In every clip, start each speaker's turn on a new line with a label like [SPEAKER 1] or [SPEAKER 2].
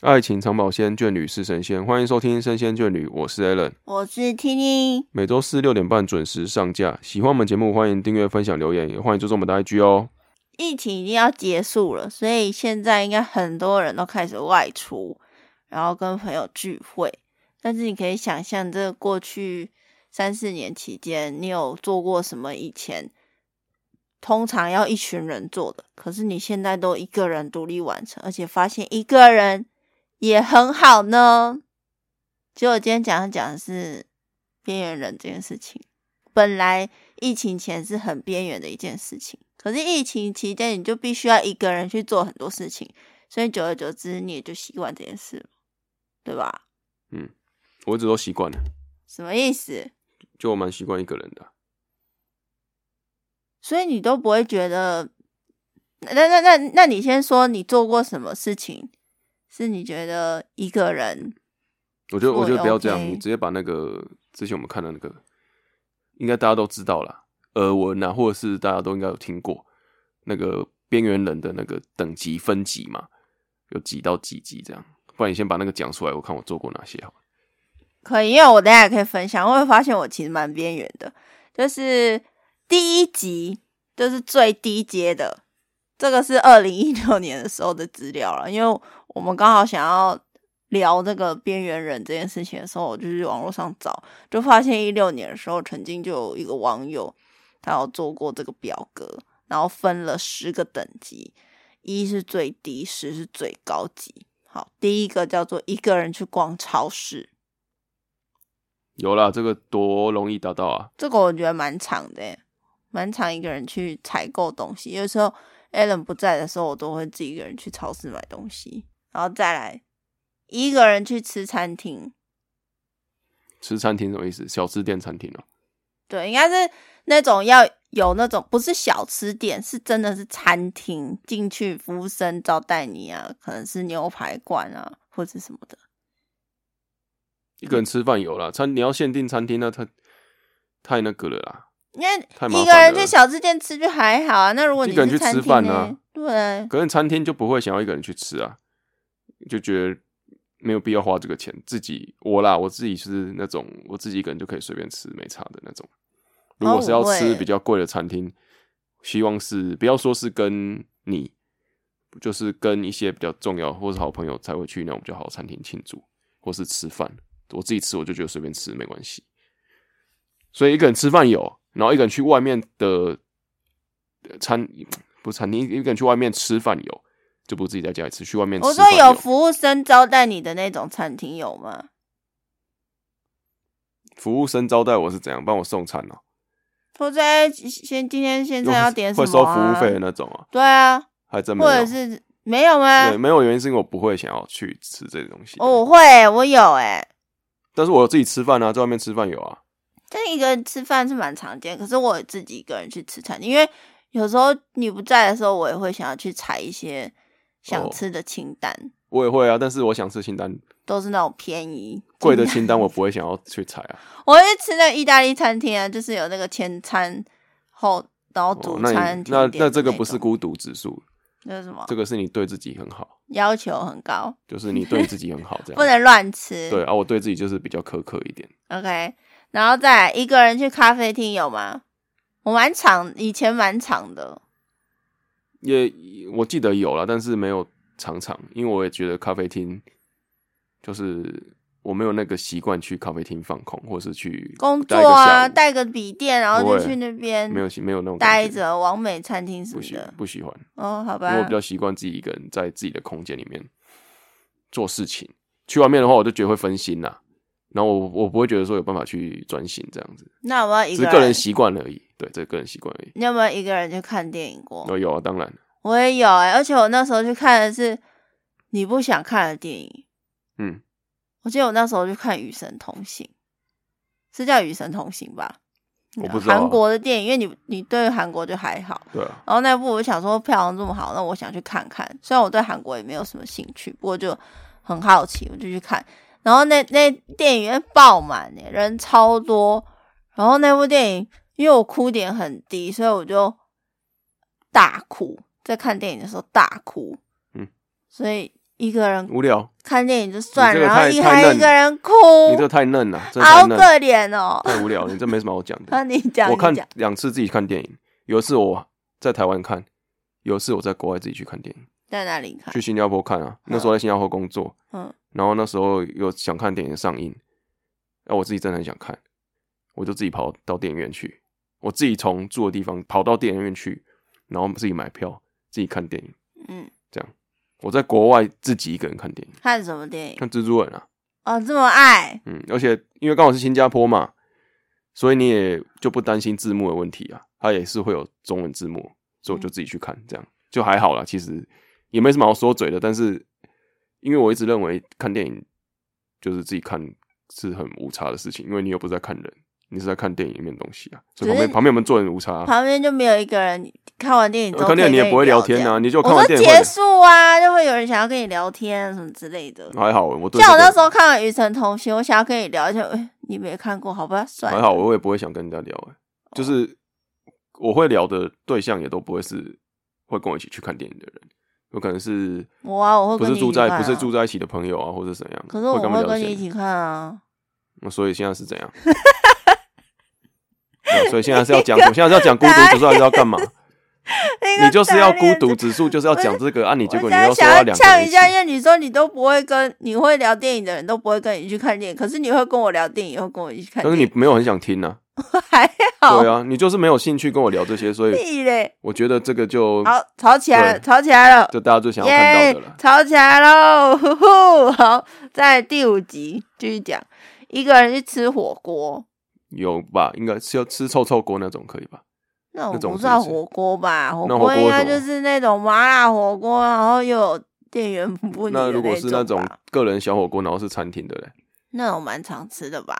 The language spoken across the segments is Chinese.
[SPEAKER 1] 爱情长保鲜，眷侣是神仙。欢迎收听《生仙眷侣》，我是 Allen，
[SPEAKER 2] 我是 T T，
[SPEAKER 1] 每周四六点半准时上架。喜欢我们节目，欢迎订阅、分享、留言，也欢迎追踪我们的 IG 哦。
[SPEAKER 2] 疫情已经要结束了，所以现在应该很多人都开始外出，然后跟朋友聚会。但是你可以想象，这过去三四年期间，你有做过什么以前通常要一群人做的，可是你现在都一个人独立完成，而且发现一个人也很好呢。结果今天讲的讲的是边缘人这件事情，本来疫情前是很边缘的一件事情，可是疫情期间你就必须要一个人去做很多事情，所以久而久之你也就习惯这件事了，对吧？
[SPEAKER 1] 我一直都习惯了，
[SPEAKER 2] 什么意思？
[SPEAKER 1] 就我蛮习惯一个人的。
[SPEAKER 2] 所以你都不会觉得？那那那那你先说，你做过什么事情是你觉得一个人？
[SPEAKER 1] 我觉得，
[SPEAKER 2] 我
[SPEAKER 1] 我觉得不要这样，
[SPEAKER 2] OK
[SPEAKER 1] 你直接把那个之前我们看的那个，应该大家都知道啦，耳闻啊，或者是大家都应该有听过那个边缘人的那个等级分级嘛，有几到几级这样。不然你先把那个讲出来，我看我做过哪些好了。
[SPEAKER 2] 可以，因为我等一下也可以分享。我会发现我其实蛮边缘的，就是第一集就是最低阶的，这个是二零一六年的时候的资料了。因为我们刚好想要聊这个边缘人这件事情的时候，我就去网络上找，就发现一六年的时候曾经就有一个网友他有做过这个表格，然后分了十个等级，一是最低，十是最高级。好，第一个叫做一个人去逛超市。
[SPEAKER 1] 有啦，这个多容易达到啊！
[SPEAKER 2] 这个我觉得蛮长的耶，欸蛮长一个人去采购东西。有时候 Alan 不在的时候，我都会自己一个人去超市买东西，然后再来一个人去吃餐厅。
[SPEAKER 1] 吃餐厅什么意思？小吃店、餐厅哦、
[SPEAKER 2] 对，应该是那种要有那种不是小吃店，是真的是餐厅进去，服务生招待你啊，可能是牛排馆啊，或者什么的。
[SPEAKER 1] 一个人吃饭有啦，餐你要限定餐厅，那太太那个了啦。
[SPEAKER 2] 因为
[SPEAKER 1] 太麻
[SPEAKER 2] 一个
[SPEAKER 1] 烦
[SPEAKER 2] 人
[SPEAKER 1] 了
[SPEAKER 2] 去小吃店吃就还好啊，那如果你
[SPEAKER 1] 一个人
[SPEAKER 2] 是
[SPEAKER 1] 去
[SPEAKER 2] 餐
[SPEAKER 1] 吃
[SPEAKER 2] 厅
[SPEAKER 1] 饭
[SPEAKER 2] 呢？
[SPEAKER 1] 啊
[SPEAKER 2] 对，
[SPEAKER 1] 可能餐厅就不会想要一个人去吃啊，就觉得没有必要花这个钱。自己我啦，我自己是那种我自己一个人就可以随便吃，没差的那种。如果是要
[SPEAKER 2] 哦我会
[SPEAKER 1] 吃比较贵的餐厅，希望是不要说是跟你，就是跟一些比较重要或是好朋友才会去那种比较好的餐厅庆祝，或是吃饭。我自己吃我就觉得随便吃没关系。所以一个人吃饭有，然后一个人去外面的呃餐不是餐厅，一个人去外面吃饭有，就不是自己在家里吃，去外面吃
[SPEAKER 2] 我
[SPEAKER 1] 饭
[SPEAKER 2] 说有服务生招待你的那种餐厅有吗？
[SPEAKER 1] 服务生招待我是怎样帮我送餐哦、
[SPEAKER 2] 或者哎先今天现在要点什么、
[SPEAKER 1] 会收
[SPEAKER 2] 啊？
[SPEAKER 1] 服务费的那种啊，
[SPEAKER 2] 对啊，
[SPEAKER 1] 还真没有。
[SPEAKER 2] 或者是没有吗
[SPEAKER 1] 对，？没有原因是因为我不会想要去吃这些东西。
[SPEAKER 2] 哦，我，会欸、我有哎、
[SPEAKER 1] 但是我自己吃饭啊，在外面吃饭有啊。
[SPEAKER 2] 但一个人吃饭是蛮常见，可是我自己一个人去吃餐厅，因为有时候你不在的时候，我也会想要去采一些想
[SPEAKER 1] 哦
[SPEAKER 2] 吃的清单，
[SPEAKER 1] 我也会啊，但是我想吃清 单
[SPEAKER 2] 都是那种便宜
[SPEAKER 1] 贵的清单，我不会想要去踩 啊。
[SPEAKER 2] 我会吃那个意大利餐厅啊，就是有那个前餐后，然后
[SPEAKER 1] 哦
[SPEAKER 2] 主，
[SPEAKER 1] 那
[SPEAKER 2] 餐、
[SPEAKER 1] 你
[SPEAKER 2] 甜
[SPEAKER 1] 那
[SPEAKER 2] 点
[SPEAKER 1] 那
[SPEAKER 2] 的
[SPEAKER 1] 这个不是
[SPEAKER 2] 种
[SPEAKER 1] 孤独指数，
[SPEAKER 2] 那是什么
[SPEAKER 1] 这个是你对自己很好，
[SPEAKER 2] 要求很高，
[SPEAKER 1] 就是 你对你自己很好这样。
[SPEAKER 2] 不能乱吃。
[SPEAKER 1] 对啊，我对自己就是比较苛刻一点。
[SPEAKER 2] OK，然后再来一个人去咖啡厅有吗？我蛮长，以前蛮长的，
[SPEAKER 1] 也我记得有啦，但是没有常常，因为我也觉得咖啡厅就是我没有那个习惯去咖啡厅放空，或是去
[SPEAKER 2] 工作
[SPEAKER 1] 待一个下
[SPEAKER 2] 啊，
[SPEAKER 1] 午
[SPEAKER 2] 带个笔电，然后
[SPEAKER 1] 不会
[SPEAKER 2] 就去那边
[SPEAKER 1] 没有喜没有那种感
[SPEAKER 2] 待
[SPEAKER 1] 觉，
[SPEAKER 2] 着，完美餐厅什
[SPEAKER 1] 不
[SPEAKER 2] 么
[SPEAKER 1] 喜
[SPEAKER 2] 的。
[SPEAKER 1] 不喜欢，
[SPEAKER 2] 哦，好
[SPEAKER 1] 因为我
[SPEAKER 2] 吧
[SPEAKER 1] 比，较习惯自己一个人在自己的空间里面做事情。去外面的话，我就觉得会分心啦、然后我我不会觉得说有办法去专心这样子，
[SPEAKER 2] 那我要一
[SPEAKER 1] 只是
[SPEAKER 2] 个人。
[SPEAKER 1] 个人习惯而已。对，这是个人习惯而已。
[SPEAKER 2] 你有没有一个人去看电影过？
[SPEAKER 1] 哦，有啊，当然，
[SPEAKER 2] 我也有哎、而且我那时候去看的是你不想看的电影。
[SPEAKER 1] 嗯，
[SPEAKER 2] 我记得我那时候去看《与神同行》，是叫《与神同行》吧？
[SPEAKER 1] 我不知道啊
[SPEAKER 2] 韩国的电影，因为你你对韩国就还好。
[SPEAKER 1] 对啊，
[SPEAKER 2] 然后那部我就想说票房这么好，那我想去看看。虽然我对韩国也没有什么兴趣，不过就很好奇，我就去看。然后那那电影院爆满耶，人超多。然后那部电影，因为我哭点很低，所以我就大哭，在看电影的时候大哭。
[SPEAKER 1] 嗯，
[SPEAKER 2] 所以一个人
[SPEAKER 1] 无聊，
[SPEAKER 2] 看电影就算
[SPEAKER 1] 你这
[SPEAKER 2] 了，
[SPEAKER 1] 个
[SPEAKER 2] 然
[SPEAKER 1] 太
[SPEAKER 2] 后一
[SPEAKER 1] 太
[SPEAKER 2] 还
[SPEAKER 1] 嫩
[SPEAKER 2] 一个人哭，
[SPEAKER 1] 你这太嫩了，真的太
[SPEAKER 2] 好
[SPEAKER 1] 嫩，
[SPEAKER 2] 可怜哦。
[SPEAKER 1] 太无聊了，你这没什么好讲的。
[SPEAKER 2] 那你讲，
[SPEAKER 1] 我看
[SPEAKER 2] 你讲，
[SPEAKER 1] 两次自己看电影，有一次我在台湾看，有一次我在国外自己去看电影，
[SPEAKER 2] 在哪里看
[SPEAKER 1] 去？新加坡看啊。那时候在新加坡工作，
[SPEAKER 2] 嗯，
[SPEAKER 1] 然后那时候有想看电影上映，那、我自己真的很想看，我就自己跑到电影院去，我自己从住的地方跑到电影院去，然后自己买票，自己看电影。
[SPEAKER 2] 嗯，
[SPEAKER 1] 我在国外自己一个人看电影，
[SPEAKER 2] 看什么电影？
[SPEAKER 1] 看蜘蛛人啊，
[SPEAKER 2] 哦，这么爱，
[SPEAKER 1] 嗯，而且因为刚好是新加坡嘛，所以你也就不担心字幕的问题啊，它也是会有中文字幕，所以我
[SPEAKER 2] 嗯
[SPEAKER 1] 就自己去看，这样就还好啦。其实也没什么好说嘴的，但是因为我一直认为看电影就是自己看是很无差的事情，因为你又不是在看人，你是在看电影里面的东西啊，所以旁
[SPEAKER 2] 只是
[SPEAKER 1] 边旁边有没有做人无差、啊？
[SPEAKER 2] 旁边就没有一个人。看完电影之后，
[SPEAKER 1] 看呃电影你也不会聊天
[SPEAKER 2] 啊，
[SPEAKER 1] 啊，你就看
[SPEAKER 2] 我
[SPEAKER 1] 完
[SPEAKER 2] 说
[SPEAKER 1] 电影会
[SPEAKER 2] 结束啊，就会有人想要跟你聊天什么之类的。
[SPEAKER 1] 还好，啊我对
[SPEAKER 2] 像我
[SPEAKER 1] 这个
[SPEAKER 2] 那时候看完《与神同行》，我想要跟你聊一下，哎，你没看过，好吧，算了。
[SPEAKER 1] 还好，我也不会想跟人家聊、
[SPEAKER 2] 哦
[SPEAKER 1] 欸，就是我会聊的对象也都不会是会跟我一起去看电影的人，有可能是
[SPEAKER 2] 我啊我会
[SPEAKER 1] 不
[SPEAKER 2] 跟
[SPEAKER 1] 是
[SPEAKER 2] 你一起
[SPEAKER 1] 住在、
[SPEAKER 2] 看啊
[SPEAKER 1] 不是住在一起的朋友啊，或者怎样，
[SPEAKER 2] 可是我
[SPEAKER 1] 会跟他
[SPEAKER 2] 会
[SPEAKER 1] 们聊
[SPEAKER 2] 跟
[SPEAKER 1] 这
[SPEAKER 2] 你一
[SPEAKER 1] 些
[SPEAKER 2] 起看啊。
[SPEAKER 1] 嗯所以现在是怎 样？对所以现在是要讲，我现在是要讲孤独指数还是要干 嘛？你就是要孤独指数，就是要讲这个啊！你
[SPEAKER 2] 我
[SPEAKER 1] 结
[SPEAKER 2] 现
[SPEAKER 1] 果你
[SPEAKER 2] 在
[SPEAKER 1] 要说
[SPEAKER 2] 想
[SPEAKER 1] 要
[SPEAKER 2] 要
[SPEAKER 1] 两个
[SPEAKER 2] 呛
[SPEAKER 1] 人一
[SPEAKER 2] 一
[SPEAKER 1] 起
[SPEAKER 2] 下，因为你说你都不会跟你会聊电影的人都不会跟你去看电影，可是你会跟我聊电影，也会跟我一起看
[SPEAKER 1] 但
[SPEAKER 2] 电
[SPEAKER 1] 是
[SPEAKER 2] 影，
[SPEAKER 1] 你没有很想听啊，
[SPEAKER 2] 还 好
[SPEAKER 1] 对啊，你就是没有兴趣跟我聊这些，所以
[SPEAKER 2] 屁嘞！
[SPEAKER 1] 我觉得这个就
[SPEAKER 2] 好，吵起来了，
[SPEAKER 1] 对
[SPEAKER 2] 吵起来了，
[SPEAKER 1] 就大家最想要看
[SPEAKER 2] 耶
[SPEAKER 1] 到的了！。
[SPEAKER 2] 吵起来喽！ 呼呼，好，在第五集继续讲，一个人去吃火锅，
[SPEAKER 1] 有吧？应该是要吃臭臭锅那种可以吧？
[SPEAKER 2] 那我
[SPEAKER 1] 那种
[SPEAKER 2] 不
[SPEAKER 1] 是
[SPEAKER 2] 算
[SPEAKER 1] 不是
[SPEAKER 2] 火锅吧？火
[SPEAKER 1] 那火
[SPEAKER 2] 锅
[SPEAKER 1] 锅
[SPEAKER 2] 应
[SPEAKER 1] 是什
[SPEAKER 2] 该
[SPEAKER 1] 么
[SPEAKER 2] 就是那种麻辣火锅，然后又有店员不理 的
[SPEAKER 1] 那如果是那
[SPEAKER 2] 种
[SPEAKER 1] 种
[SPEAKER 2] 吧
[SPEAKER 1] 个人小火锅，然后是餐厅的嘞，
[SPEAKER 2] 那种蛮常吃的吧？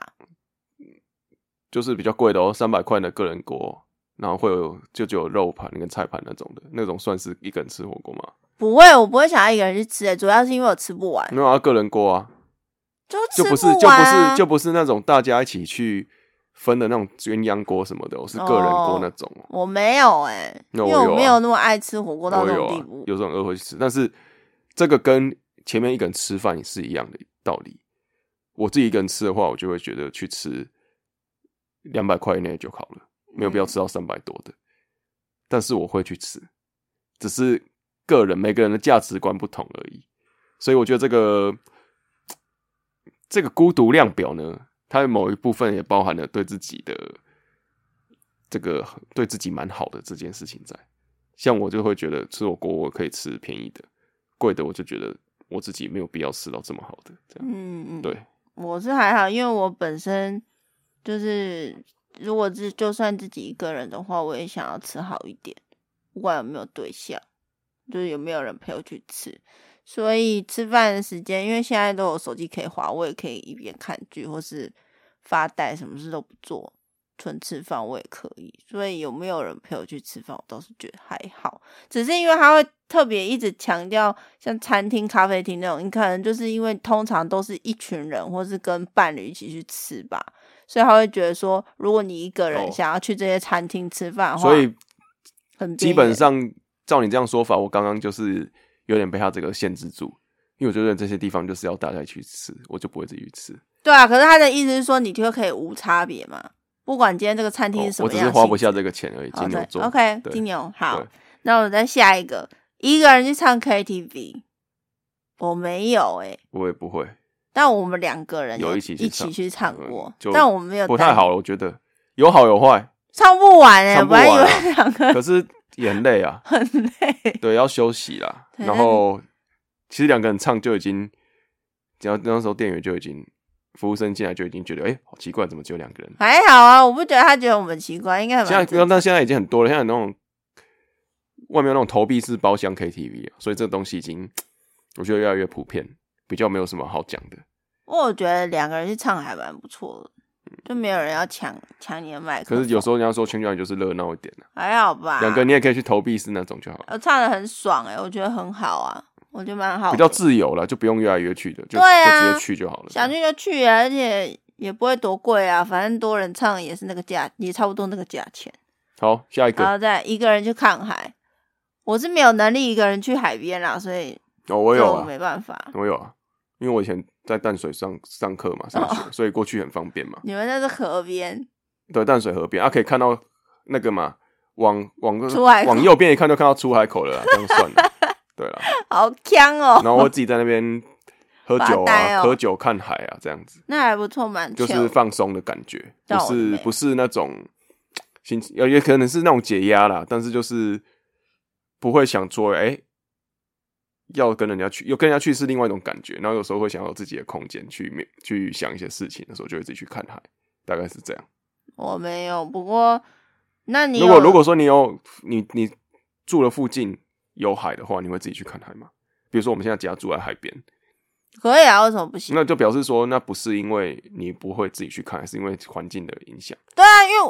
[SPEAKER 1] 就是比较贵的哦，三百块的个人锅，然后会有就只有肉盘跟菜盘那种的，那种算是一个人吃火锅吗？
[SPEAKER 2] 不会，我不会想要一个人去吃、欸，主要是因为我吃不完，
[SPEAKER 1] 没有啊，个人锅啊，
[SPEAKER 2] 就吃
[SPEAKER 1] 就不是就
[SPEAKER 2] 完
[SPEAKER 1] 不
[SPEAKER 2] 啊
[SPEAKER 1] 是就不是那种大家一起去分的那种鸳鸯锅什么的哦，我是个人锅那种哦。
[SPEAKER 2] 我没有哎、
[SPEAKER 1] 那
[SPEAKER 2] 因
[SPEAKER 1] 我
[SPEAKER 2] 为我
[SPEAKER 1] 有啊
[SPEAKER 2] 没有那么爱吃火锅到
[SPEAKER 1] 我
[SPEAKER 2] 这
[SPEAKER 1] 有
[SPEAKER 2] 种
[SPEAKER 1] 啊
[SPEAKER 2] 地步，。
[SPEAKER 1] 有时候很饿会去吃，但是这个跟前面一个人吃饭也是一样的道理。我自己一个人吃的话，我就会觉得去吃两百块以内就好了，没有
[SPEAKER 2] 嗯
[SPEAKER 1] 必要吃到三百多的。但是我会去吃，只是个人每个人的价值观不同而已。所以我觉得这个这个孤独量表呢，它的某一部分也包含了对自己的这个对自己蛮好的这件事情在。像我就会觉得吃火锅我可以吃便宜的，贵的我就觉得我自己没有必要吃到这么好的，这样
[SPEAKER 2] 嗯嗯，
[SPEAKER 1] 对，
[SPEAKER 2] 我是还好，因为我本身就是，如果是就算自己一个人的话，我也想要吃好一点，不管有没有对象，就是有没有人陪我去吃。所以吃饭的时间，因为现在都有手机可以划，我也可以一边看剧或是发呆，什么事都不做，纯吃饭我也可以。所以有没有人陪我去吃饭，我倒是觉得还好。只是因为他会特别一直强调，像餐厅、咖啡厅那种，你可能就是因为通常都是一群人，或是跟伴侣一起去吃吧，所以他会觉得说，如果你一个人
[SPEAKER 1] 哦
[SPEAKER 2] 想要去这些餐厅吃饭的话，
[SPEAKER 1] 所以
[SPEAKER 2] 很
[SPEAKER 1] 基
[SPEAKER 2] 边
[SPEAKER 1] 本
[SPEAKER 2] 缘
[SPEAKER 1] 上照你这样说法，我刚刚就是有点被他这个限制住，因为我觉得这些地方就是要大家一起去吃，我就不会自己去吃，
[SPEAKER 2] 对啊。可是他的意思是说，你就可以无差别嘛，不管今天这个餐厅
[SPEAKER 1] 哦
[SPEAKER 2] 是什
[SPEAKER 1] 我
[SPEAKER 2] 么
[SPEAKER 1] 只
[SPEAKER 2] 样、
[SPEAKER 1] 是花不下这。个钱而已。
[SPEAKER 2] 好
[SPEAKER 1] 金牛
[SPEAKER 2] 对
[SPEAKER 1] 座
[SPEAKER 2] ，OK，
[SPEAKER 1] 对
[SPEAKER 2] 金牛好
[SPEAKER 1] 对。
[SPEAKER 2] 那我再下一个，一个人去唱 KTV，我没有哎、
[SPEAKER 1] 我也不会，
[SPEAKER 2] 但我们两个人
[SPEAKER 1] 有
[SPEAKER 2] 一
[SPEAKER 1] 一起去唱
[SPEAKER 2] 去唱
[SPEAKER 1] 嗯
[SPEAKER 2] 过，
[SPEAKER 1] 就
[SPEAKER 2] 但我们没有
[SPEAKER 1] 不
[SPEAKER 2] 单
[SPEAKER 1] 太好了，我觉得有好有坏，
[SPEAKER 2] 唱不完哎、
[SPEAKER 1] 唱不
[SPEAKER 2] 我还以
[SPEAKER 1] 完啊
[SPEAKER 2] 为两个，
[SPEAKER 1] 可是也很累啊
[SPEAKER 2] 很累。
[SPEAKER 1] 对，要休息啦。
[SPEAKER 2] 对
[SPEAKER 1] 然后其实两个人唱就已经，只要那时候店员就已经，服务生进来就已经觉得，哎、好奇怪，怎么只有两 个人？
[SPEAKER 2] 还好啊，我不觉得他觉得我们奇怪，应该还蛮
[SPEAKER 1] 现
[SPEAKER 2] 正
[SPEAKER 1] 在但现在已经很多了，现在有那种外面有那种投币式包厢 KTV 啊，所以这东西已经我觉得越来越普遍，比较没有什么好讲的。
[SPEAKER 2] 我觉得两个人去唱还蛮不错的，就没有人要抢抢你的麦克
[SPEAKER 1] 可
[SPEAKER 2] 风。
[SPEAKER 1] 是有时候人家说圈圈就是热闹一点啊
[SPEAKER 2] 还好吧，
[SPEAKER 1] 两、个你也可以去投币式那种就好了，
[SPEAKER 2] 我呃唱的很爽哎、我觉得很好啊，我觉得蛮好的，
[SPEAKER 1] 比较自由了，就不用约来约去的，就、
[SPEAKER 2] 对啊
[SPEAKER 1] 就直接去就好了。
[SPEAKER 2] 想去就去啊，而且也不会多贵啊，反正多人唱也是那个价，也差不多那个价钱。
[SPEAKER 1] 好，下一
[SPEAKER 2] 然
[SPEAKER 1] 个
[SPEAKER 2] 后再一个人去看海，我是没有能力一个人去海边啦，所以
[SPEAKER 1] 哦，我
[SPEAKER 2] 这
[SPEAKER 1] 有
[SPEAKER 2] 我
[SPEAKER 1] 啊，
[SPEAKER 2] 没办法。
[SPEAKER 1] 我有啊，因为我以前在淡水上上课
[SPEAKER 2] 哦
[SPEAKER 1] 嘛，上学，所以过去很方便嘛。
[SPEAKER 2] 你们那是河边，
[SPEAKER 1] 对，淡水河边啊，可以看到那个嘛，往往
[SPEAKER 2] 出海口
[SPEAKER 1] 往右边一看就看到出海口 了啦，这样算了。对了，
[SPEAKER 2] 好呛哦、
[SPEAKER 1] 然后我自己在那边喝酒
[SPEAKER 2] 发呆
[SPEAKER 1] 啊，
[SPEAKER 2] 哦
[SPEAKER 1] 喝酒看海啊，这样子
[SPEAKER 2] 那还不错，蛮
[SPEAKER 1] 就
[SPEAKER 2] chill
[SPEAKER 1] 是放松的感觉，
[SPEAKER 2] 那
[SPEAKER 1] 不
[SPEAKER 2] 我没
[SPEAKER 1] 是
[SPEAKER 2] 有
[SPEAKER 1] 不是那种心情，也也可能是那种解压啦，但是就是不会想说，哎、要跟人家去，又跟人家去是另外一种感觉，然后有时候会想要有自己的空间去面去想一些事情的时候，就会自己去看海，大概是这样。
[SPEAKER 2] 我没有，不过那你
[SPEAKER 1] 如果
[SPEAKER 2] 有
[SPEAKER 1] 如果说你有你你住的附近有海的话，你会自己去看海吗？比如说我们现在家住在海边，
[SPEAKER 2] 可以啊，为什么不行？
[SPEAKER 1] 那就表示说那不是因为你不会自己去看，还是因为环境的影响。
[SPEAKER 2] 对啊，因为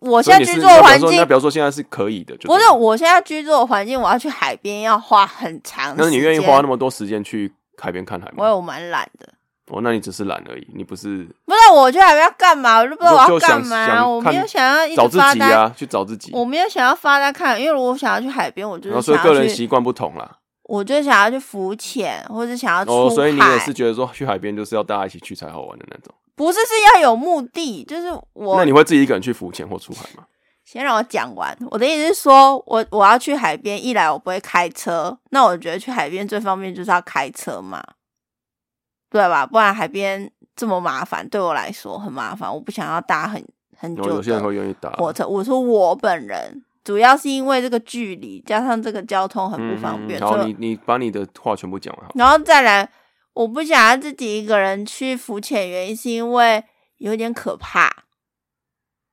[SPEAKER 2] 我我
[SPEAKER 1] 所以
[SPEAKER 2] 哦现
[SPEAKER 1] 你
[SPEAKER 2] 在
[SPEAKER 1] 是
[SPEAKER 2] 居
[SPEAKER 1] 你
[SPEAKER 2] 住
[SPEAKER 1] 要表示
[SPEAKER 2] 的环
[SPEAKER 1] 说，
[SPEAKER 2] 境
[SPEAKER 1] 那比如说现在是可以的，就
[SPEAKER 2] 不
[SPEAKER 1] 对
[SPEAKER 2] 是
[SPEAKER 1] 了，
[SPEAKER 2] 我现在居住的环境，我要去海边要花很长时间。
[SPEAKER 1] 那你愿意花那么多时间去海边看海
[SPEAKER 2] 我
[SPEAKER 1] 吗？
[SPEAKER 2] 有蛮懒的，
[SPEAKER 1] 哦，那你只是懒而已，你不是
[SPEAKER 2] 不是我去海边要干嘛？我就不知道我要
[SPEAKER 1] 就就想
[SPEAKER 2] 干嘛，
[SPEAKER 1] 想
[SPEAKER 2] 我没有
[SPEAKER 1] 看
[SPEAKER 2] 想要一
[SPEAKER 1] 找
[SPEAKER 2] 直
[SPEAKER 1] 自
[SPEAKER 2] 发
[SPEAKER 1] 己
[SPEAKER 2] 呆，
[SPEAKER 1] 啊，去找自己。
[SPEAKER 2] 我没有想要发呆看，因为如果我想要去海边，我就
[SPEAKER 1] 然后
[SPEAKER 2] 是
[SPEAKER 1] 所以
[SPEAKER 2] 想
[SPEAKER 1] 个
[SPEAKER 2] 要
[SPEAKER 1] 人
[SPEAKER 2] 去，
[SPEAKER 1] 习惯不同啦。
[SPEAKER 2] 我就想要去浮潜，或者想要呃出海。
[SPEAKER 1] 哦，所以你也是觉得说去海边就是要大家一起去才好玩的那种。
[SPEAKER 2] 不是是要有目的，就是我
[SPEAKER 1] 那你会自己一个人去浮潜或出海吗？
[SPEAKER 2] 先让我讲完。我的意思是说，我我要去海边，一来我不会开车，那我觉得去海边最方便就是要开车嘛，对吧？不然海边这么麻烦，对我来说很麻烦，我不想要搭很很
[SPEAKER 1] 有
[SPEAKER 2] 久
[SPEAKER 1] 有些人
[SPEAKER 2] 的
[SPEAKER 1] 会愿意打
[SPEAKER 2] 火车。我说我本人主要是因为这个距离，加上这个交通很
[SPEAKER 1] 嗯，
[SPEAKER 2] 不方便，
[SPEAKER 1] 然
[SPEAKER 2] 所
[SPEAKER 1] 后
[SPEAKER 2] 以
[SPEAKER 1] 你你把你的话全部讲完好了，
[SPEAKER 2] 然后再来，我不想要自己一个人去浮潜，原因是因为有点可怕。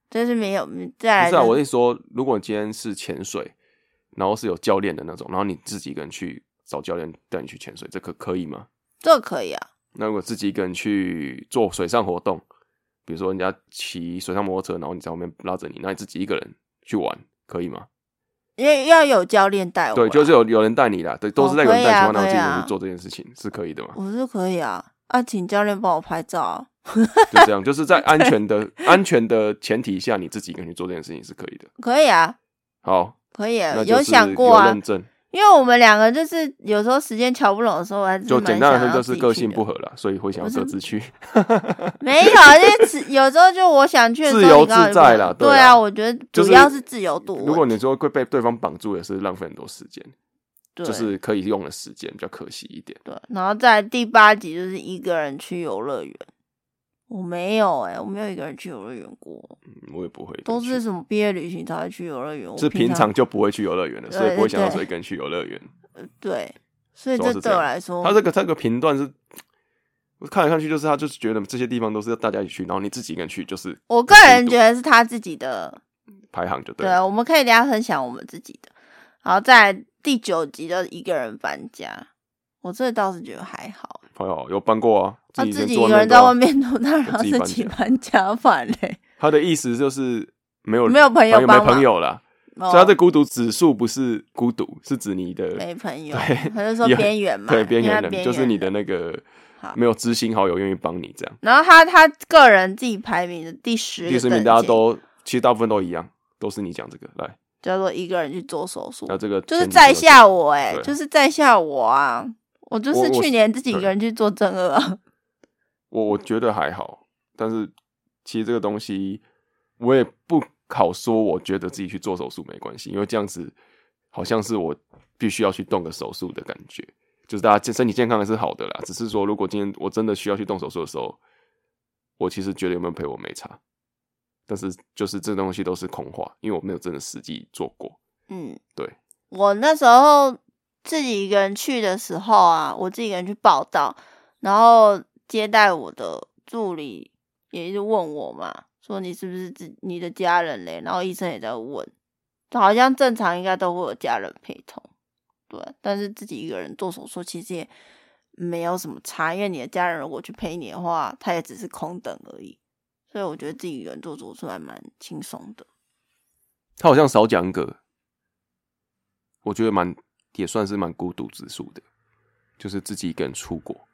[SPEAKER 2] 就是没有，嗯再来、
[SPEAKER 1] 不是
[SPEAKER 2] 就
[SPEAKER 1] 啊？
[SPEAKER 2] 是
[SPEAKER 1] 我是说，如果今天是潜水，然后是有教练的那种，然后你自己一个人去找教练带你去潜水，这可可以吗？
[SPEAKER 2] 这可以啊，
[SPEAKER 1] 那如果自己一个人去做水上活动，比如说人家骑水上摩托车，然后你在后面拉着你，那你自己一个人去玩，可以吗？
[SPEAKER 2] 因为要有教练带我啦。
[SPEAKER 1] 对，就是有有人带你啦，对，都是在有人带情
[SPEAKER 2] 哦
[SPEAKER 1] 况下，
[SPEAKER 2] 可
[SPEAKER 1] 然后自
[SPEAKER 2] 以啊
[SPEAKER 1] 己一
[SPEAKER 2] 可
[SPEAKER 1] 个
[SPEAKER 2] 以啊
[SPEAKER 1] 人去做这件事情，是可以的嘛？
[SPEAKER 2] 我是可以啊，啊，请教练帮我拍照啊。
[SPEAKER 1] 就这样，就是在安全 的安全的前提下，你自己一个人去做这件事情是可以的。
[SPEAKER 2] 可以啊，
[SPEAKER 1] 好，
[SPEAKER 2] 可以啊，
[SPEAKER 1] 那就是
[SPEAKER 2] 想过
[SPEAKER 1] 有
[SPEAKER 2] 啊
[SPEAKER 1] 认，证。
[SPEAKER 2] 因为我们两个就是有时候时间瞧不拢的时候，我还是
[SPEAKER 1] 就
[SPEAKER 2] 蛮
[SPEAKER 1] 简单来
[SPEAKER 2] 想
[SPEAKER 1] 说，
[SPEAKER 2] 要
[SPEAKER 1] 就
[SPEAKER 2] 自
[SPEAKER 1] 是
[SPEAKER 2] 己
[SPEAKER 1] 个
[SPEAKER 2] 去
[SPEAKER 1] 性
[SPEAKER 2] 的
[SPEAKER 1] 不 合啦，所以会想要
[SPEAKER 2] 不是
[SPEAKER 1] 各自去。
[SPEAKER 2] 没有，啊就是此有时候就我想去的时候，
[SPEAKER 1] 自由
[SPEAKER 2] 你刚好就
[SPEAKER 1] 自在啦
[SPEAKER 2] 不
[SPEAKER 1] 对
[SPEAKER 2] 对
[SPEAKER 1] 啊
[SPEAKER 2] 啊，我觉得
[SPEAKER 1] 就
[SPEAKER 2] 主
[SPEAKER 1] 是
[SPEAKER 2] 要是自由度问题。
[SPEAKER 1] 如果你说会被对方绑住，也是浪费很多时间，
[SPEAKER 2] 对
[SPEAKER 1] 就是可以用的时间比较可惜一点。
[SPEAKER 2] 对，然后再来第八集就是一个人去游乐园，我没有哎、我没有一个人去游乐园过，
[SPEAKER 1] 嗯我也不会一个人
[SPEAKER 2] 都
[SPEAKER 1] 去，
[SPEAKER 2] 是什么毕业旅行才会去游乐园，我
[SPEAKER 1] 是平
[SPEAKER 2] 常
[SPEAKER 1] 常就不会去游乐园的，所以
[SPEAKER 2] 对
[SPEAKER 1] 不会想到
[SPEAKER 2] 对
[SPEAKER 1] 说一个人去游乐园。
[SPEAKER 2] 对，所以
[SPEAKER 1] 主要
[SPEAKER 2] 这
[SPEAKER 1] 是这
[SPEAKER 2] 对我
[SPEAKER 1] 样
[SPEAKER 2] 来说，
[SPEAKER 1] 他这个这个频段是，我看来看去就是他就是觉得这些地方都是要大家一起去，然后你自己一个人去就是
[SPEAKER 2] 我个人觉得是他自己的，
[SPEAKER 1] 排行就对
[SPEAKER 2] 哦对，啊
[SPEAKER 1] 了。
[SPEAKER 2] 我们可以等一下分享我们自己的。然后再来第九集就是一个人搬家，我这倒是觉得还好，
[SPEAKER 1] 朋友有搬过啊，
[SPEAKER 2] 他
[SPEAKER 1] 己
[SPEAKER 2] 自
[SPEAKER 1] 自己
[SPEAKER 2] 己
[SPEAKER 1] 一
[SPEAKER 2] 一
[SPEAKER 1] 个
[SPEAKER 2] 个
[SPEAKER 1] 人
[SPEAKER 2] 人
[SPEAKER 1] 做
[SPEAKER 2] 在
[SPEAKER 1] 啊
[SPEAKER 2] 外面弄，当 然
[SPEAKER 1] 我自己
[SPEAKER 2] 自
[SPEAKER 1] 搬
[SPEAKER 2] 己
[SPEAKER 1] 家
[SPEAKER 2] 搬家饭嘞，
[SPEAKER 1] 他的意思就是没 有
[SPEAKER 2] 没有朋友
[SPEAKER 1] 没
[SPEAKER 2] 帮忙
[SPEAKER 1] 朋友啦，
[SPEAKER 2] 哦
[SPEAKER 1] 所以他这孤独指数不是孤独，是指你的
[SPEAKER 2] 没朋友
[SPEAKER 1] 对，
[SPEAKER 2] 他就说
[SPEAKER 1] 有
[SPEAKER 2] 边缘嘛，
[SPEAKER 1] 对，边
[SPEAKER 2] 因为
[SPEAKER 1] 缘
[SPEAKER 2] 他
[SPEAKER 1] 人就是你的那个
[SPEAKER 2] 好
[SPEAKER 1] 没有知心好友愿意帮你这样。
[SPEAKER 2] 然后他他个人自己排名的第十个
[SPEAKER 1] 第十名
[SPEAKER 2] 等
[SPEAKER 1] 大家
[SPEAKER 2] 级
[SPEAKER 1] 都其实大部分都一样，都是你讲这个来，
[SPEAKER 2] 叫做一个人去做手术，
[SPEAKER 1] 那这个
[SPEAKER 2] 就是
[SPEAKER 1] 前几
[SPEAKER 2] 在
[SPEAKER 1] 名
[SPEAKER 2] 下我哎、
[SPEAKER 1] 对
[SPEAKER 2] 就是在下我啊，我就
[SPEAKER 1] 我
[SPEAKER 2] 是
[SPEAKER 1] 我
[SPEAKER 2] 去年自己一
[SPEAKER 1] 对
[SPEAKER 2] 个人去做正二啊，
[SPEAKER 1] 我我觉得还好，但是其实这个东西我也不好说，我觉得自己去做手术没关系，因为这样子好像是我必须要去动个手术的感觉，就是大家健身体健康还是好的啦，只是说如果今天我真的需要去动手术的时候，我其实觉得有没有陪我没差，但是就是这东西都是空话，因为我没有真的实际做过。
[SPEAKER 2] 嗯，
[SPEAKER 1] 对，
[SPEAKER 2] 我那时候自己一个人去的时候啊，我自己一个人去报道，然后接待我的助理也一直问我嘛，说你是不是自你的家人嘞？然后医生也在问，好像正常应该都会有家人陪同，对，但是自己一个人做手术其实也没有什么差，因为你的家人如果去陪你的话，他也只是空等而已，所以我觉得自己一个人做手术还蛮轻松的。
[SPEAKER 1] 他好像少讲一个，我觉得蛮也算是蛮孤独指数的，就是自己一个人出国，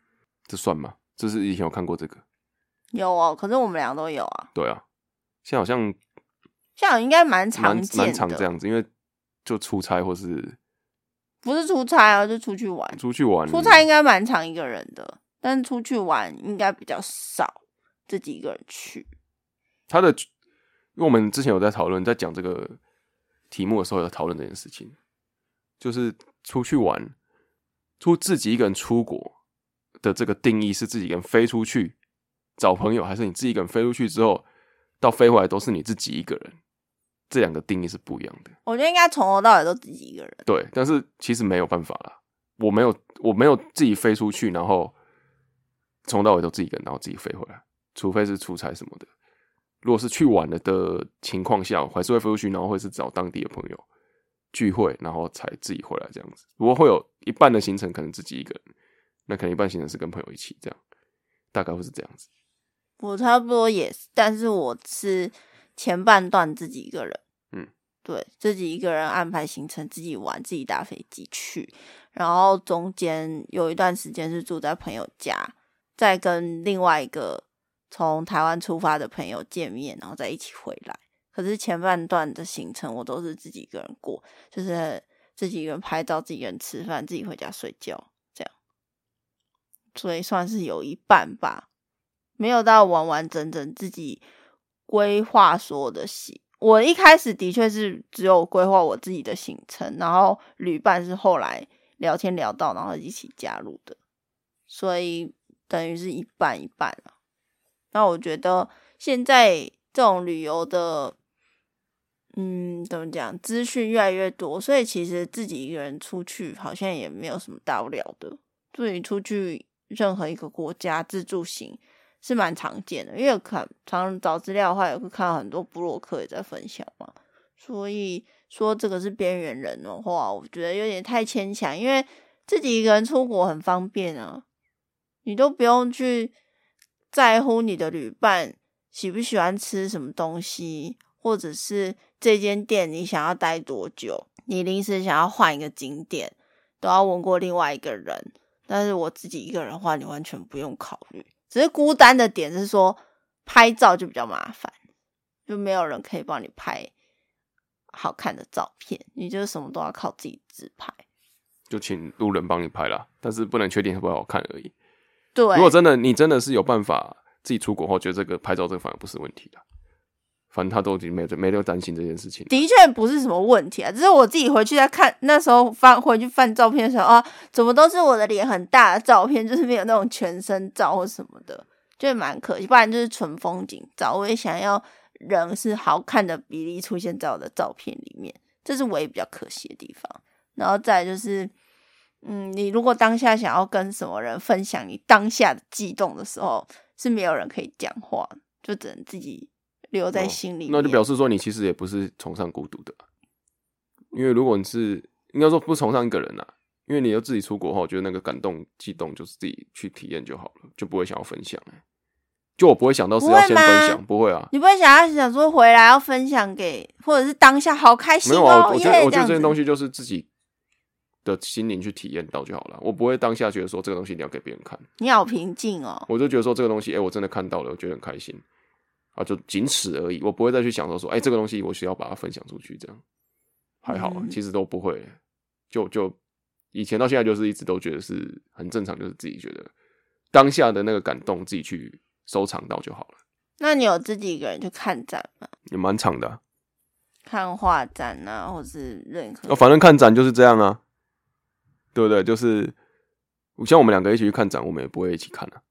[SPEAKER 1] 这算吗？这是以前有看过这个，
[SPEAKER 2] 有哦，可是我们俩都有啊。
[SPEAKER 1] 对啊，现在好像
[SPEAKER 2] 像应该蛮
[SPEAKER 1] 蛮
[SPEAKER 2] 常见的，
[SPEAKER 1] 蛮常这样子，因为就出差或是
[SPEAKER 2] 不是出差啊，就出去玩。
[SPEAKER 1] 出去玩，
[SPEAKER 2] 出差应该蛮常一个人的，但出去玩应该比较少，自己一个人去。
[SPEAKER 1] 他的，因为我们之前有在讨论，在讲这个题目的时候有讨论这件事情，就是出去玩，出自己一个人出国的这个定义是自己一个人飞出去找朋友，还是你自己一个人飞出去之后到飞回来都是你自己一个人？这两个定义是不一样的。
[SPEAKER 2] 我觉得应该从头到尾都自己一个人。
[SPEAKER 1] 对，但是其实没有办法啦，我没有，我没有自己飞出去，然后从头到尾都自己一个人，然后自己飞回来，除非是出差什么的。如果是去玩了的情况下，我还是会飞出去，然后会是找当地的朋友聚会，然后才自己回来这样子。不过会有一半的行程可能自己一个人，那可能一半行程是跟朋友一起这样，大概会是这样子。
[SPEAKER 2] 我差不多也是，但是我是前半段自己一个人，
[SPEAKER 1] 嗯，
[SPEAKER 2] 对自己一个人安排行程，自己玩，自己搭飞机去，然后中间有一段时间是住在朋友家，再跟另外一个从台湾出发的朋友见面，然后再一起回来。可是前半段的行程我都是自己一个人过，就是自己一个人拍照，自己一个人吃饭，自己回家睡觉，这样，所以算是有一半吧。没有到完完整整自己规划所有的行。我一开始的确是只有规划我自己的行程，然后旅伴是后来聊天聊到，然后一起加入的，所以等于是一半一半了。那我觉得现在这种旅游的，嗯，怎么讲，资讯越来越多，所以其实自己一个人出去好像也没有什么大不了的。自己出去任何一个国家自助行，是蛮常见的，因为看常找资料的话，也会看到很多部落客也在分享嘛。所以说这个是边缘人的话，我觉得有点太牵强，因为自己一个人出国很方便啊，你都不用去在乎你的旅伴喜不喜欢吃什么东西，或者是这间店你想要待多久，你临时想要换一个景点，都要问过另外一个人。但是我自己一个人的话，你完全不用考虑。只是孤单的点是说，拍照就比较麻烦，就没有人可以帮你拍好看的照片，你就是什么都要靠自己自拍。
[SPEAKER 1] 就请路人帮你拍啦，但是不能确定会不会好看而已。
[SPEAKER 2] 对，
[SPEAKER 1] 如果真的你真的是有办法自己出国后，觉得这个拍照这个反而不是问题了。反正他都已经没没有担心这件事情。
[SPEAKER 2] 的确不是什么问题啊，只是我自己回去再看，那时候翻回去翻照片的时候啊，怎么都是我的脸很大的照片，就是没有那种全身照或什么的，就蛮可惜。不然就是纯风景照，我也想要人是好看的比例出现在我的照片里面，这是我也比较可惜的地方。然后再来就是，嗯，你如果当下想要跟什么人分享你当下的悸动的时候，是没有人可以讲话，就只能自己留在
[SPEAKER 1] 哦
[SPEAKER 2] 心里面、
[SPEAKER 1] 那就表示说你其实也不是崇尚孤独的，因为如果你是应该说不崇尚一个人啦、因为你要自己出国后，我觉得那个感动、悸动就是自己去体验就好了，就不会想要分享、就我不会想到是
[SPEAKER 2] 不
[SPEAKER 1] 要
[SPEAKER 2] 会
[SPEAKER 1] 先分享，
[SPEAKER 2] 吗
[SPEAKER 1] 不会啊，
[SPEAKER 2] 你不会想要想说回来要分享给，或者是当下好开心
[SPEAKER 1] 没有啊，
[SPEAKER 2] 哦，
[SPEAKER 1] 我我
[SPEAKER 2] 耶
[SPEAKER 1] 觉得我
[SPEAKER 2] 这
[SPEAKER 1] 觉得这些
[SPEAKER 2] 样子。
[SPEAKER 1] 东西就是自己的心灵去体验到就好了，我不会当下觉得说这个东西你要给别人看。
[SPEAKER 2] 你好平静哦，
[SPEAKER 1] 我就觉得说这个东西，哎、我真的看到了，我觉得很开心啊，就仅此而已，我不会再去想说说，哎、这个东西我需要把它分享出去，这样还好啊，
[SPEAKER 2] 嗯
[SPEAKER 1] 其实都不会，就就以前到现在就是一直都觉得是很正常，就是自己觉得当下的那个感动自己去收藏到就好了，
[SPEAKER 2] 那你有自己一个人去看展吗？
[SPEAKER 1] 也蛮长的啊、
[SPEAKER 2] 看画展啊，或是任何？
[SPEAKER 1] 哦，反正看展就是这样啊，对不对？就是像我们两个一起去看展，我们也不会一起看啊，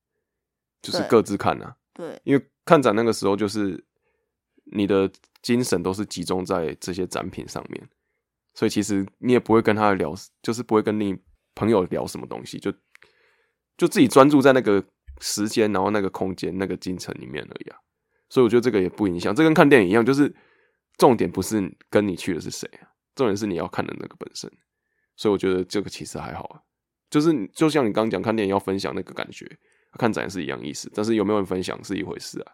[SPEAKER 1] 就是
[SPEAKER 2] 对
[SPEAKER 1] 各自看啊。
[SPEAKER 2] 对，
[SPEAKER 1] 因为看展那个时候就是你的精神都是集中在这些展品上面，所以其实你也不会跟他聊，就是不会跟你朋友聊什么东西，就就自己专注在那个时间，然后那个空间、那个进程里面而已啊。所以我觉得这个也不影响，这跟看电影一样，就是重点不是跟你去的是谁啊，重点是你要看的那个本身。所以我觉得这个其实还好啊，就是你就像你刚刚讲看电影要分享那个感觉，看展是一样意思，但是有没有人分享是一回事啊。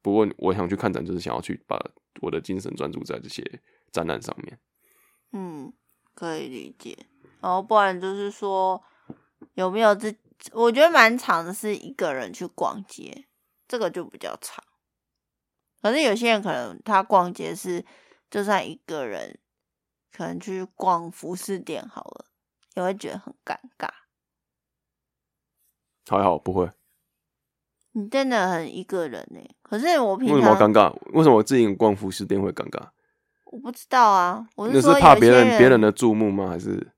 [SPEAKER 1] 不过我想去看展，就是想要去把我的精神专注在这些展览上面。
[SPEAKER 2] 嗯，可以理解。然后不然就是说，有没有自？我觉得蛮长的是一个人去逛街，这个就比较长。可是有些人可能他逛街是就算一个人，可能去逛服饰店好了，也会觉得很尴尬。
[SPEAKER 1] 还好不会。
[SPEAKER 2] 你真的很一个人呢、可是我
[SPEAKER 1] 为
[SPEAKER 2] 平
[SPEAKER 1] 什么要
[SPEAKER 2] 常
[SPEAKER 1] 尴尬？为什么我自己逛服饰店会尴尬？
[SPEAKER 2] 我不知道啊，我
[SPEAKER 1] 那
[SPEAKER 2] 说
[SPEAKER 1] 是怕
[SPEAKER 2] 有
[SPEAKER 1] 别
[SPEAKER 2] 些
[SPEAKER 1] 人别人的注目吗？还是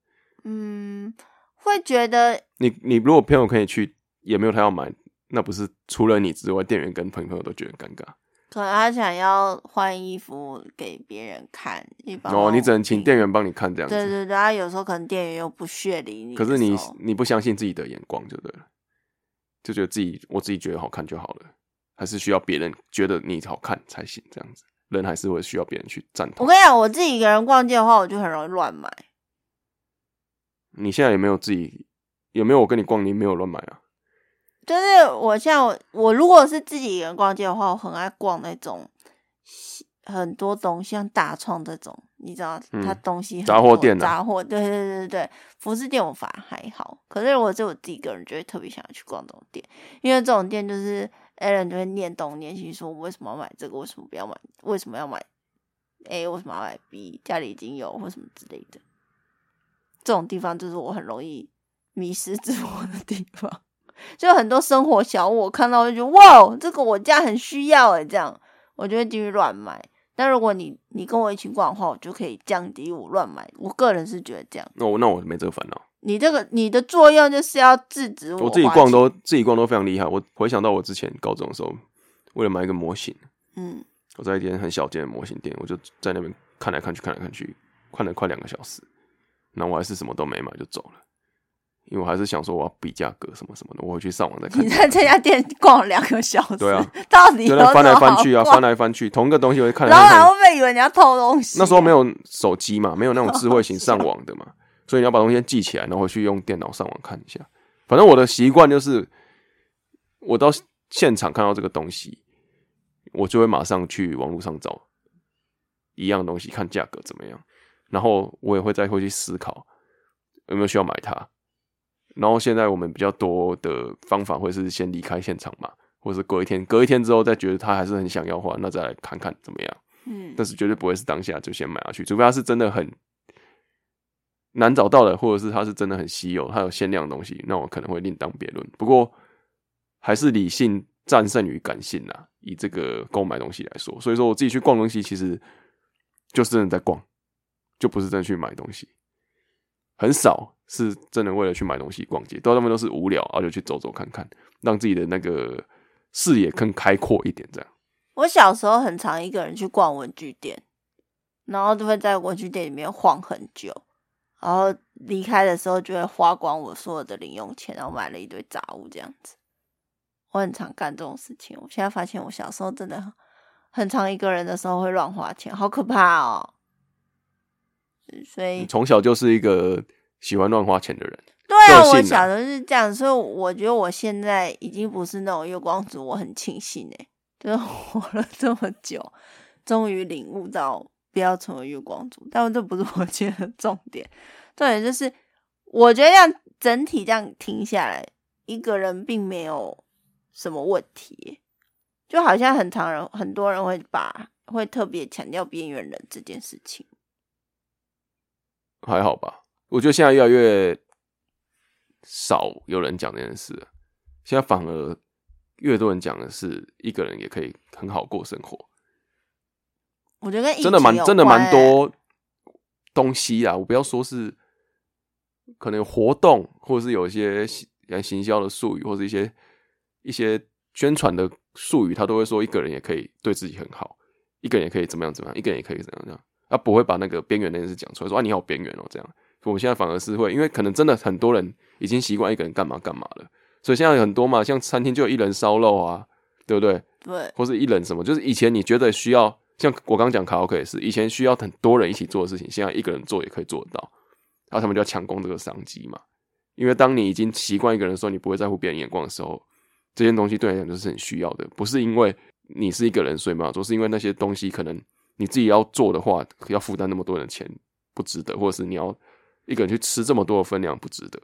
[SPEAKER 2] 嗯，会觉得
[SPEAKER 1] 你你如果朋友可以去，也没有他要买，那不是除了你之外，店员跟朋友都觉得很尴尬。
[SPEAKER 2] 可能他想要换衣服给别人看，一般
[SPEAKER 1] 哦，你只能请
[SPEAKER 2] 请
[SPEAKER 1] 店员帮你看这样
[SPEAKER 2] 对
[SPEAKER 1] 子。
[SPEAKER 2] 对对，他有时候可能店员又不屑理你的
[SPEAKER 1] 可
[SPEAKER 2] 时
[SPEAKER 1] 是
[SPEAKER 2] 候，
[SPEAKER 1] 你你不相信自己的眼光就对了，就觉得自己我自己觉得好看就好了，还是需要别人觉得你好看才行这样子。人还是会需要别人去赞
[SPEAKER 2] 我
[SPEAKER 1] 同。
[SPEAKER 2] 跟你讲，我自己一个人逛街的话，我就很容易乱买。
[SPEAKER 1] 你现在有没有自己有没有我跟你逛，你没有乱买啊？
[SPEAKER 2] 就是我像我，我如果是自己一个人逛街的话，我很爱逛那种西很多东西，像大创这种，你知道，
[SPEAKER 1] 嗯
[SPEAKER 2] 它东西很
[SPEAKER 1] 杂货
[SPEAKER 2] 多
[SPEAKER 1] 店啊
[SPEAKER 2] 杂货，对对对对对，服饰店我反而还好。可是如果是我自己一个人，就会特别想要去逛这种店，因为这种店就是 a l a n 就会念东念西，说我为什么要买这个，为什么不要买，为什么要买 A，为什么要买 B，家里已经有或什么之类的。这种地方就是我很容易迷失自我的地方。就很多生活小物，我看到我就觉得哇，哦这个我家很需要欸诶，这样我就会继续乱买。但如果你你跟我一起逛的话，我就可以降低我乱买。我个人是觉得这样，
[SPEAKER 1] 那、我那我没这个烦恼。
[SPEAKER 2] 你这个你的作用就是要制止嗯我
[SPEAKER 1] 我自己
[SPEAKER 2] 花
[SPEAKER 1] 逛
[SPEAKER 2] 钱
[SPEAKER 1] 都自己逛都非常厉害。我回想到我之前高中的时候，为了买一个模型，
[SPEAKER 2] 嗯，
[SPEAKER 1] 我在一间很小间的模型店，我就在那边看来看去，看来看去，看了快两个小时，然后我还是什么都没买就走了，因为我还是想说我要比价格什么什么的，我回去上网再看。
[SPEAKER 2] 你在这家店逛了两个小时，
[SPEAKER 1] 对啊，
[SPEAKER 2] 到底
[SPEAKER 1] 就
[SPEAKER 2] 有
[SPEAKER 1] 在
[SPEAKER 2] 什
[SPEAKER 1] 翻来
[SPEAKER 2] 么
[SPEAKER 1] 翻
[SPEAKER 2] 好
[SPEAKER 1] 去啊，
[SPEAKER 2] 逛
[SPEAKER 1] 翻来翻去，同一个东西我就看来
[SPEAKER 2] 老
[SPEAKER 1] 看
[SPEAKER 2] 板
[SPEAKER 1] 去。
[SPEAKER 2] 会不会以为你要偷东西？
[SPEAKER 1] 那时候没有手机嘛，没有那种智慧型上网的嘛，所以你要把东西记起来，然后回去用电脑上网看一下。反正我的习惯就是，我到现场看到这个东西，我就会马上去网络上找一样东西，看价格怎么样，然后我也会再回去思考有没有需要买它。然后现在我们比较多的方法会是先离开现场嘛，或是隔一天，隔一天之后再觉得他还是很想要的话，那再来看看怎么样。
[SPEAKER 2] 嗯，
[SPEAKER 1] 但是绝对不会是当下就先买下去，除非它是真的很难找到的，或者是它是真的很稀有，它有限量的东西，那我可能会另当别论。不过还是理性战胜于感性啦，以这个购买东西来说，所以说我自己去逛东西，其实就是真的在逛，就不是真的去买东西，很少是真的为了去买东西逛街，大部分都是无聊，然后就去走走看看，让自己的那个视野更开阔一点，这样。
[SPEAKER 2] 我小时候很常一个人去逛文具店，然后就会在文具店里面晃很久，然后离开的时候就会花光我所有的零用钱，然后买了一堆杂物这样子。我很常干这种事情。我现在发现，我小时候真的很很常一个人的时候会乱花钱，好可怕哦。嗯所以
[SPEAKER 1] 你从小就是一个喜欢乱花钱的人，
[SPEAKER 2] 对啊，
[SPEAKER 1] 个性啊
[SPEAKER 2] 我小时候是这样，所以我觉得我现在已经不是那种月光族，我很庆幸哎、就是活了这么久，终于领悟到不要成为月光族。但这不是我觉得重点，重点就是我觉得这样整体这样听下来，一个人并没有什么问题欸、就好像很常人很多人会把会特别强调边缘人这件事情。
[SPEAKER 1] 还好吧？我觉得现在越来越少有人讲这件事了，现在反而越多人讲的是一个人也可以很好过生活，
[SPEAKER 2] 我觉得跟疫
[SPEAKER 1] 真的蛮
[SPEAKER 2] 情有
[SPEAKER 1] 真的蛮
[SPEAKER 2] 关欸
[SPEAKER 1] 多东西啦。我不要说是可能有活动，或者是有一些行呃行销的术语，或者一些一些宣传的术语，他都会说一个人也可以对自己很好，一个人也可以怎么样怎么样，一个人也可以怎样怎样。他不会把那个边缘那件事讲出来，说啊你好边缘哦这样。我们现在反而是会，因为可能真的很多人已经习惯一个人干嘛干嘛了，所以现在有很多嘛，像餐厅就有一人烧肉啊，对不对？
[SPEAKER 2] 对。
[SPEAKER 1] 或是一人什么，就是以前你觉得需要，像我刚刚讲卡拉 OK 也是，以前需要很多人一起做的事情，现在一个人做也可以做得到。然后他们就要抢攻这个商机嘛，因为当你已经习惯一个人的时候，你不会在乎别人眼光的时候，这件东西对你来讲就是很需要的，不是因为你是一个人所以没有做，是因为那些东西可能你自己要做的话，要负担那么多人的钱不值得，或者是你要一个人去吃这么多的分量不值得。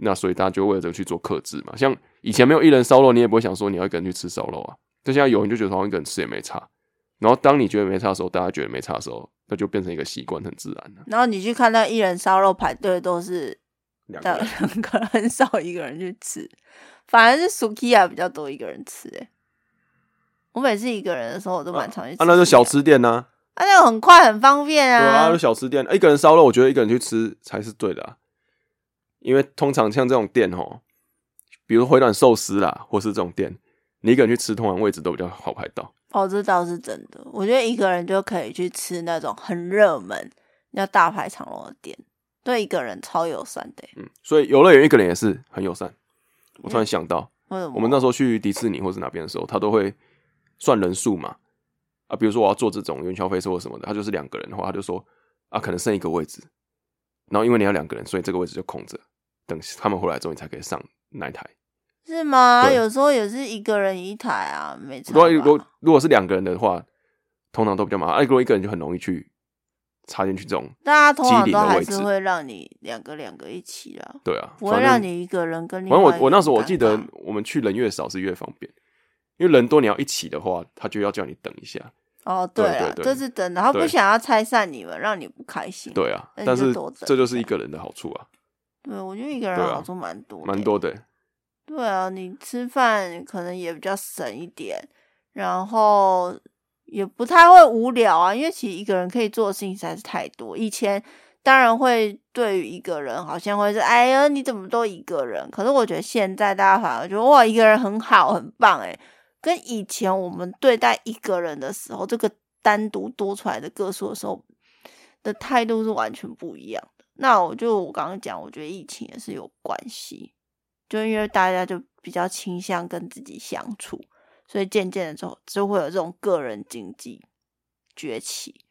[SPEAKER 1] 那所以大家就为了这个去做克制嘛，像以前没有一人烧肉，你也不会想说你要一个人去吃烧肉啊，但现在有人就觉得好像一个人吃也没差。然后当你觉得没差的时候，大家觉得没差的时候，那就变成一个习惯，很自然了、
[SPEAKER 2] 然后你去看到一人烧肉排队都是
[SPEAKER 1] 两
[SPEAKER 2] 到
[SPEAKER 1] 个人
[SPEAKER 2] 两个人， 很少一个人去吃，反而是 Sukiya 比较多一个人吃、欸。我每次一个人的时候，我都蛮常去吃、
[SPEAKER 1] 啊，那就小，吃店呐、
[SPEAKER 2] 啊，那个很快很方便
[SPEAKER 1] 对啊，
[SPEAKER 2] 啊
[SPEAKER 1] 就。小吃店，一个人烧肉，我觉得一个人去吃才是对的、啊，因为通常像这种店吼，比如回转寿司啦，或是这种店，你一个人去吃，通常位置都比较好排到。
[SPEAKER 2] 哦，这倒是真的。我觉得一个人就可以去吃那种很热门、要大排长龙的店，对一个人超友善的欸、
[SPEAKER 1] 嗯，所以游乐园一个人也是很友善。我突然想到，
[SPEAKER 2] 为什么？
[SPEAKER 1] 我们那时候去迪士尼或是哪边的时候，他都会算人数嘛。啊，比如说我要做这种元宵飞车或什么的，他就是两个人的话，他就说啊，可能剩一个位置，然后因为你要两个人，所以这个位置就空着，等他们回来之后你才可以上那一台。
[SPEAKER 2] 是吗？
[SPEAKER 1] 对
[SPEAKER 2] 有时候也是一个人一台啊，没
[SPEAKER 1] 如果如
[SPEAKER 2] 错
[SPEAKER 1] 果。如果是两个人的话，通常都比较麻烦；，啊，如果一个人就很容易去插进去这种，
[SPEAKER 2] 大家通常
[SPEAKER 1] 机
[SPEAKER 2] 都
[SPEAKER 1] 灵的
[SPEAKER 2] 还
[SPEAKER 1] 位
[SPEAKER 2] 是
[SPEAKER 1] 置
[SPEAKER 2] 会让你两个两个一起啦，
[SPEAKER 1] 对啊，
[SPEAKER 2] 不会
[SPEAKER 1] 反正
[SPEAKER 2] 让你一个人跟另
[SPEAKER 1] 反正
[SPEAKER 2] 外一
[SPEAKER 1] 我
[SPEAKER 2] 个
[SPEAKER 1] 我那时候
[SPEAKER 2] 人
[SPEAKER 1] 我
[SPEAKER 2] 尴
[SPEAKER 1] 记得
[SPEAKER 2] 尬
[SPEAKER 1] 我们去人越少是越方便，因为人多你要一起的话，他就要叫你等一下。
[SPEAKER 2] 哦，
[SPEAKER 1] 对
[SPEAKER 2] 啦，
[SPEAKER 1] 对对
[SPEAKER 2] 这是真的，他不
[SPEAKER 1] 对
[SPEAKER 2] 想要拆散你们，让你不开心。
[SPEAKER 1] 对啊，
[SPEAKER 2] 那你
[SPEAKER 1] 但
[SPEAKER 2] 就是多等
[SPEAKER 1] 这就
[SPEAKER 2] 一
[SPEAKER 1] 是
[SPEAKER 2] 下
[SPEAKER 1] 一个人的好处啊，
[SPEAKER 2] 对，我觉得一个人
[SPEAKER 1] 对啊
[SPEAKER 2] 好处蛮多，
[SPEAKER 1] 蛮。多的。
[SPEAKER 2] 对啊，你吃饭可能也比较省一点，然后也不太会无聊啊，因为其实一个人可以做的事情实在是太多。以前当然会对于一个人好像会是，哎呀，你怎么都一个人？可是我觉得现在大家反而觉得哇，一个人很好，很棒诶，跟以前我们对待一个人的时候，这个单独多出来的个数的时候的态度是完全不一样的。那我就我刚刚讲，我觉得疫情也是有关系，就因为大家就比较倾向跟自己相处，所以渐渐的就就会有这种个人经济崛起，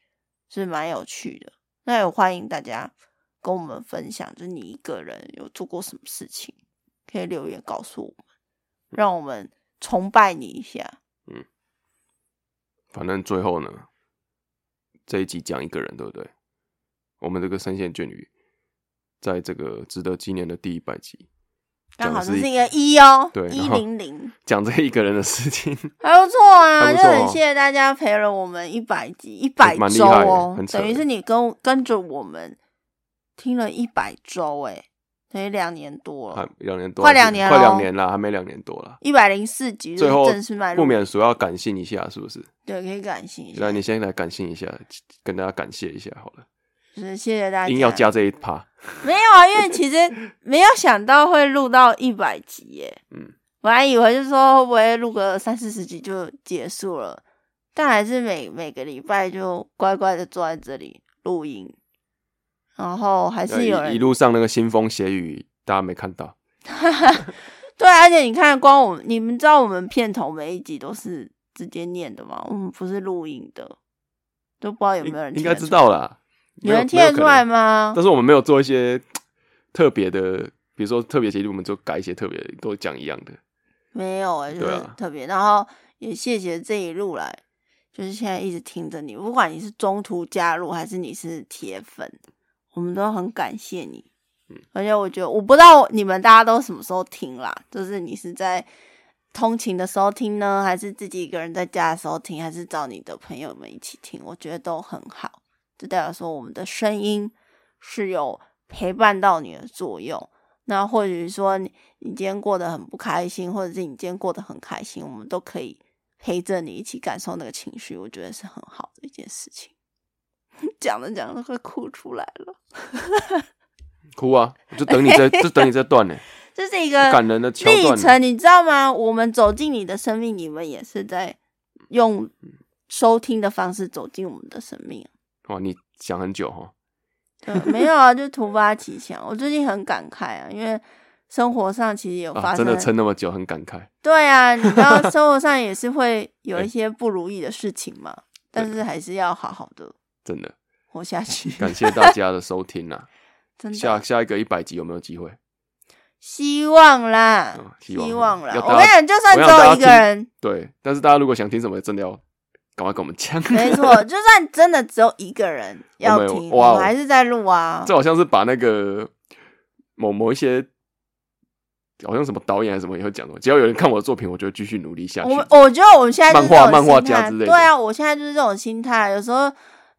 [SPEAKER 2] 是蛮有趣的。那也欢迎大家跟我们分享，就是你一个人有做过什么事情，可以留言告诉我们，让我们崇拜你一下。
[SPEAKER 1] 反正最后呢，这一集讲一个人，对不对？我们这个三线眷侣，在这个值得纪念的第一百集，
[SPEAKER 2] 刚好
[SPEAKER 1] 讲
[SPEAKER 2] 这
[SPEAKER 1] 的
[SPEAKER 2] 是
[SPEAKER 1] 是
[SPEAKER 2] 一个一哦，
[SPEAKER 1] 对
[SPEAKER 2] 一
[SPEAKER 1] 然后
[SPEAKER 2] 零零，
[SPEAKER 1] 讲这一个人的事情，
[SPEAKER 2] 还不错啊，
[SPEAKER 1] 还不
[SPEAKER 2] 就
[SPEAKER 1] 错哦
[SPEAKER 2] 很谢谢大家陪了我们一百集、一百
[SPEAKER 1] 蛮厉
[SPEAKER 2] 周
[SPEAKER 1] 害的
[SPEAKER 2] 哦，
[SPEAKER 1] 很扯
[SPEAKER 2] 等于
[SPEAKER 1] 的
[SPEAKER 2] 是你跟跟着我们听了一百周，哎，等于两年多
[SPEAKER 1] 还
[SPEAKER 2] 了，
[SPEAKER 1] 两年多，
[SPEAKER 2] 快两年
[SPEAKER 1] 快
[SPEAKER 2] 咯
[SPEAKER 1] 两年啦，还没两年多啦。
[SPEAKER 2] 一百零四集就
[SPEAKER 1] 最
[SPEAKER 2] 是
[SPEAKER 1] 后
[SPEAKER 2] 正式迈入，
[SPEAKER 1] 不免说要感性一下，是不是？
[SPEAKER 2] 对，可以感谢一下
[SPEAKER 1] 来，，你先来感性一下，跟大家感谢一下好了。
[SPEAKER 2] 就是谢谢啊大家。
[SPEAKER 1] 硬要加这一趴，
[SPEAKER 2] 没有啊，因为其实没有想到会录到一百集耶。
[SPEAKER 1] 嗯，
[SPEAKER 2] 我还以为就是说会不会录个三四十集就结束了，但还是每每个礼拜就乖乖的坐在这里录音，然后还是有
[SPEAKER 1] 一一
[SPEAKER 2] 人
[SPEAKER 1] 路上那个腥风血雨，大家没看到，
[SPEAKER 2] 对，啊而且你看，光我们你们知道我们片头每一集都是直接念的吗？我们不是录音的，都不知道有
[SPEAKER 1] 应
[SPEAKER 2] 没有人
[SPEAKER 1] 应
[SPEAKER 2] 听
[SPEAKER 1] 该
[SPEAKER 2] 得
[SPEAKER 1] 知
[SPEAKER 2] 出来，
[SPEAKER 1] 道啦。
[SPEAKER 2] 有人听
[SPEAKER 1] 没
[SPEAKER 2] 得
[SPEAKER 1] 可
[SPEAKER 2] 出
[SPEAKER 1] 能
[SPEAKER 2] 来吗？
[SPEAKER 1] 但是我们没有做一些特别的，比如说特别节目，我们就改一些特别都讲一样的。
[SPEAKER 2] 没有哎、就
[SPEAKER 1] 对
[SPEAKER 2] 是
[SPEAKER 1] 啊
[SPEAKER 2] 特别。然后也谢谢这一路来，就是现在一直听着你，不管你是中途加入还是你是铁粉，我们都很感谢你。
[SPEAKER 1] 嗯，
[SPEAKER 2] 而且我觉得我不知道你们大家都什么时候听啦，就是你是在通勤的时候听呢，还是自己一个人在家的时候听，还是找你的朋友们一起听，我觉得都很好。就代表说我们的声音是有陪伴到你的作用。那或许说你你今天过得很不开心，或者是你今天过得很开心，我们都可以陪着你一起感受那个情绪，我觉得是很好的一件事情。 讲着讲着快哭出来了，
[SPEAKER 1] 哭啊！就等你 这，就等你这段呢、
[SPEAKER 2] 这是一个
[SPEAKER 1] 感人的桥
[SPEAKER 2] 啊历
[SPEAKER 1] 段呢。
[SPEAKER 2] 程，你知道吗？我们走进你的生命，你们也是在用收听的方式走进我们的生命。啊
[SPEAKER 1] 哇，你讲很久哦哈，
[SPEAKER 2] 对，没有啊，就突发奇想。我最近很感慨啊，因为生活上其实有发
[SPEAKER 1] 啊，真
[SPEAKER 2] 生
[SPEAKER 1] 的撑那么久，很感慨。
[SPEAKER 2] 对啊，你知 道生活上也是会有一些不如意的事情嘛，但是还是要好好的
[SPEAKER 1] 真的，
[SPEAKER 2] 活下去。
[SPEAKER 1] 感谢大家的收听啦！
[SPEAKER 2] 真
[SPEAKER 1] 下
[SPEAKER 2] 的，
[SPEAKER 1] 下一个一百集有没有机会？
[SPEAKER 2] 希望啦，
[SPEAKER 1] 嗯希
[SPEAKER 2] 希
[SPEAKER 1] 望
[SPEAKER 2] 望啦。
[SPEAKER 1] 要
[SPEAKER 2] 我
[SPEAKER 1] 大
[SPEAKER 2] 跟
[SPEAKER 1] 家
[SPEAKER 2] 你讲，就算只
[SPEAKER 1] 我想
[SPEAKER 2] 有
[SPEAKER 1] 大家
[SPEAKER 2] 一个人，
[SPEAKER 1] 对，但是大家如果想听什么，真的要赶快跟我们讲。
[SPEAKER 2] 没错，就算真的只有一个人要
[SPEAKER 1] 们有
[SPEAKER 2] 听，
[SPEAKER 1] 哇
[SPEAKER 2] 我们
[SPEAKER 1] 哦
[SPEAKER 2] 还是在录啊
[SPEAKER 1] 这。好像是把那个某某一些，好像什么导演还是什么也会讲过，只要有人看我的作品，我就继续努力下去
[SPEAKER 2] 哦我。们我觉得我们现在就是这种
[SPEAKER 1] 漫画漫画
[SPEAKER 2] 心态
[SPEAKER 1] 家之类的
[SPEAKER 2] 对啊，我现在就是这种心态。有时候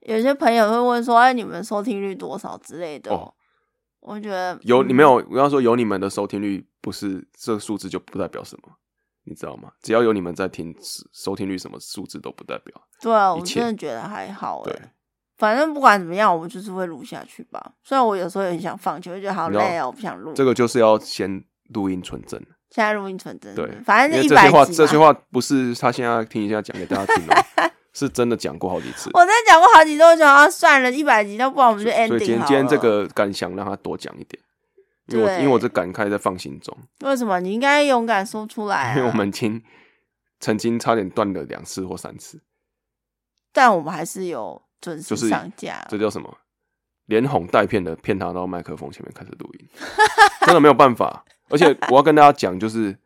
[SPEAKER 2] 有些朋友会问说：“哎，你们收听率多少之类的？”
[SPEAKER 1] 哦
[SPEAKER 2] 我觉得
[SPEAKER 1] 有你没
[SPEAKER 2] 嗯
[SPEAKER 1] 有？我要说有你们的收听率，不是这个数字就不代表什么，你知道吗？只要有你们在听，收听率什么数字都不代表。
[SPEAKER 2] 对啊，
[SPEAKER 1] 一
[SPEAKER 2] 我
[SPEAKER 1] 切
[SPEAKER 2] 真的觉得还好哎、
[SPEAKER 1] 对，
[SPEAKER 2] 反正不管怎么样，我们就是会录下去吧。虽然我有时候也很想放弃，我就觉得好
[SPEAKER 1] 你知道
[SPEAKER 2] 累哦，我不想录。
[SPEAKER 1] 这个就是要先录音存证。
[SPEAKER 2] 现在录音存真的
[SPEAKER 1] 对，
[SPEAKER 2] 反
[SPEAKER 1] 因
[SPEAKER 2] 正
[SPEAKER 1] 为
[SPEAKER 2] 一
[SPEAKER 1] 这
[SPEAKER 2] 百
[SPEAKER 1] 些
[SPEAKER 2] 集
[SPEAKER 1] 话，
[SPEAKER 2] 嘛。
[SPEAKER 1] 这些话不是他现在听一下讲给大家听的，哦是真的讲过好几次。
[SPEAKER 2] 我真的讲过好几次，我想要算了，一百集，那不然我们就 ending
[SPEAKER 1] 所以今天
[SPEAKER 2] 好
[SPEAKER 1] 今天这
[SPEAKER 2] 了
[SPEAKER 1] 个感想让他多讲一点，因为我
[SPEAKER 2] 对
[SPEAKER 1] 因为我这感慨在放心中，
[SPEAKER 2] 为什么你应该勇敢说出来、啊？
[SPEAKER 1] 因为我们已经曾经差点断了两次或三次，
[SPEAKER 2] 但我们还是有准
[SPEAKER 1] 就
[SPEAKER 2] 时
[SPEAKER 1] 是
[SPEAKER 2] 上架。
[SPEAKER 1] 这叫什么？连哄带骗的骗他到麦克风前面开始录音， 真的没有办法。而且我要跟大家讲，就是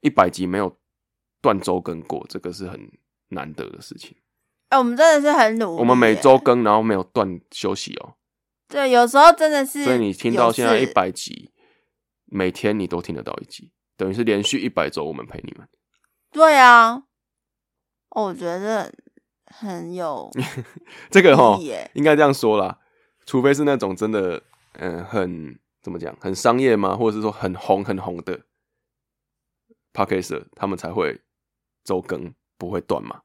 [SPEAKER 1] 一百集没有断周更过，这个是很难得的事情。
[SPEAKER 2] 哎、我们真的是很努力耶。
[SPEAKER 1] 我们每周更，然后没有断休息哦、
[SPEAKER 2] 对，有时候真的是有事，
[SPEAKER 1] 所以你听到现在一百集，每天你都听得到一集，等于是连续一百周我们陪你们。
[SPEAKER 2] 对啊，哦，我觉得 很有
[SPEAKER 1] 这个哈
[SPEAKER 2] 意义，耶。
[SPEAKER 1] 应该这样说啦，除非是那种真的，嗯、很怎么讲，很商业吗？或者是说很红很红的 p o d c a s t 他们才会周更不会断嘛。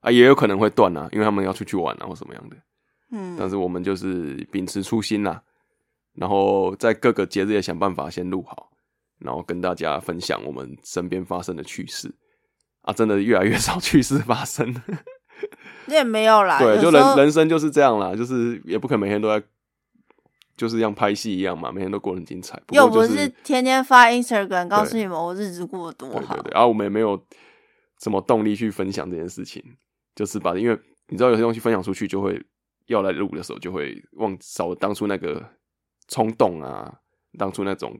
[SPEAKER 1] 啊，也有可能会断啊，因为他们要出去玩啊或什么样的。但
[SPEAKER 2] 嗯，
[SPEAKER 1] 是我们就是秉持初心啦，然后在各个节日也想办法先录好，然后跟大家分享我们身边发生的趣事啊，真的越来越少趣事发生。
[SPEAKER 2] 也没有啦，
[SPEAKER 1] 对，
[SPEAKER 2] 有
[SPEAKER 1] 就
[SPEAKER 2] 时
[SPEAKER 1] 人
[SPEAKER 2] 候
[SPEAKER 1] 人生就是这样啦，就是也不可能每天都在，就是像拍戏一样嘛，每天都过得很精彩。不
[SPEAKER 2] 又
[SPEAKER 1] 过
[SPEAKER 2] 不
[SPEAKER 1] 就是
[SPEAKER 2] 天天发 Instagram 告诉
[SPEAKER 1] 对
[SPEAKER 2] 你们我日子过得多
[SPEAKER 1] 对
[SPEAKER 2] 好
[SPEAKER 1] 对。对，啊，我们也没有什么动力去分享这件事情，就是把因为你知道有些东西分享出去，就会要来录的时候就会忘少了当初那个冲动啊，当初那种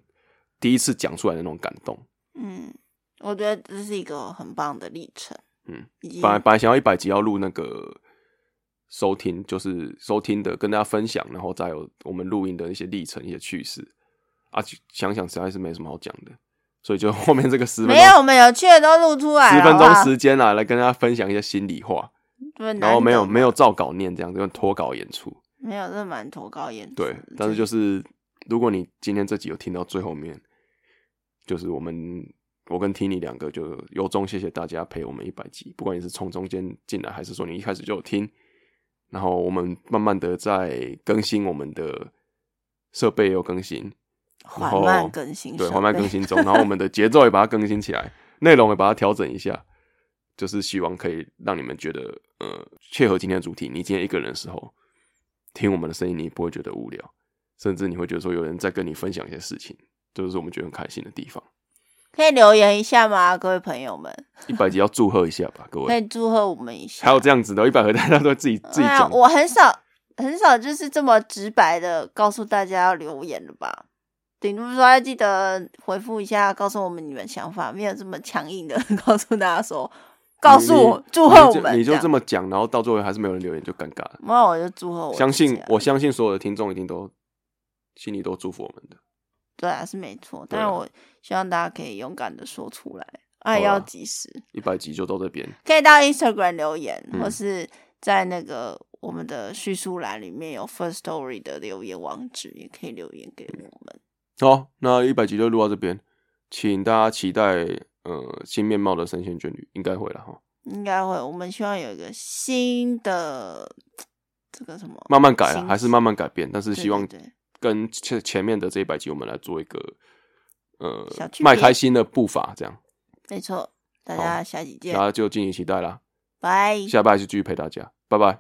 [SPEAKER 1] 第一次讲出来的那种感动。
[SPEAKER 2] 嗯，我觉得这是一个很棒的历程。
[SPEAKER 1] 嗯
[SPEAKER 2] 已经，
[SPEAKER 1] 本来本来想要一百集要录那个收听，就是收听的跟大家分享，然后再有我们录音的一些历程、一些趣事啊，就想想实在是没什么好讲的，所以就 后面这个十分
[SPEAKER 2] 没有，
[SPEAKER 1] 钟
[SPEAKER 2] 我们有趣的都录出来
[SPEAKER 1] 十
[SPEAKER 2] 了，
[SPEAKER 1] 分
[SPEAKER 2] 好不
[SPEAKER 1] 钟
[SPEAKER 2] 好
[SPEAKER 1] 时间啦，来跟大家分享一些心里话，
[SPEAKER 2] 对
[SPEAKER 1] 然后没有
[SPEAKER 2] 难得
[SPEAKER 1] 没有照稿念这样子，用脱稿演出。
[SPEAKER 2] 没有，这蛮投高演
[SPEAKER 1] 对，但是就是如果你今天这集有听到最后面，就是我们我跟 Tini 两个就由衷谢谢大家陪我们一百集，不管你是从中间进来，还是说你一开始就有听，然后我们慢慢的在更新我们的设备也有更新，然
[SPEAKER 2] 缓
[SPEAKER 1] 后
[SPEAKER 2] 慢更新，
[SPEAKER 1] 对，缓慢更。新中，然后我们的节奏也把它更新起来，内容也把它调整一下，就是希望可以让你们觉得呃切合今天的主题。你今天一个人的时候听我们的声音，你不会觉得无聊，甚至你会觉得说有人在跟你分享一些事情，这就是我们觉得很开心的地方。
[SPEAKER 2] 可以留言一下吗，各位朋友们？
[SPEAKER 1] 一百集要祝贺一下吧，各
[SPEAKER 2] 可以
[SPEAKER 1] 位。
[SPEAKER 2] 祝贺我们一下。
[SPEAKER 1] 还有这样子的，一百回大家都自己自己
[SPEAKER 2] 哎呀
[SPEAKER 1] 讲，
[SPEAKER 2] 我很少很少就是这么直白的告诉大家要留言了吧？顶多说要记得回复一下，告诉我们你们想法，没有这么强硬的 告诉大家说，告诉
[SPEAKER 1] 你
[SPEAKER 2] 我
[SPEAKER 1] 你
[SPEAKER 2] 祝贺
[SPEAKER 1] 你
[SPEAKER 2] 我
[SPEAKER 1] 就
[SPEAKER 2] 们，
[SPEAKER 1] 你就这
[SPEAKER 2] 么，
[SPEAKER 1] 么讲，然后到最后还是没有人留言，就尴尬了。
[SPEAKER 2] 那我就祝贺我自己啊，
[SPEAKER 1] 相信我相信所有的听众一定都心里都祝福我们的。
[SPEAKER 2] 对啊是没错，
[SPEAKER 1] 对
[SPEAKER 2] 但
[SPEAKER 1] 啊
[SPEAKER 2] 是我希望大家可以勇敢的说出来，爱
[SPEAKER 1] 好啊
[SPEAKER 2] 要及时。
[SPEAKER 1] 一百集就到这边，
[SPEAKER 2] 可以到 Instagram 留言，
[SPEAKER 1] 嗯
[SPEAKER 2] 或是在那个我们的叙述栏里面有 First Story 的留言网址，也可以留言给我们。
[SPEAKER 1] 好，那一百集就录到这边，请大家期待呃新面貌的神仙眷侣，应该会了哈，
[SPEAKER 2] 应该会，我们希望有一个新的这个什么，
[SPEAKER 1] 慢慢改
[SPEAKER 2] 新
[SPEAKER 1] 啊，
[SPEAKER 2] 奇
[SPEAKER 1] 还是慢慢改变，但是
[SPEAKER 2] 对
[SPEAKER 1] 希望
[SPEAKER 2] 对对
[SPEAKER 1] 跟前前面的这一百集，我们来做一个呃
[SPEAKER 2] 小区别
[SPEAKER 1] 迈开新的步伐，这样
[SPEAKER 2] 没错。大家下期见
[SPEAKER 1] 大，家就敬请期待啦，
[SPEAKER 2] 拜。
[SPEAKER 1] 下拜还是继续陪大家，拜拜。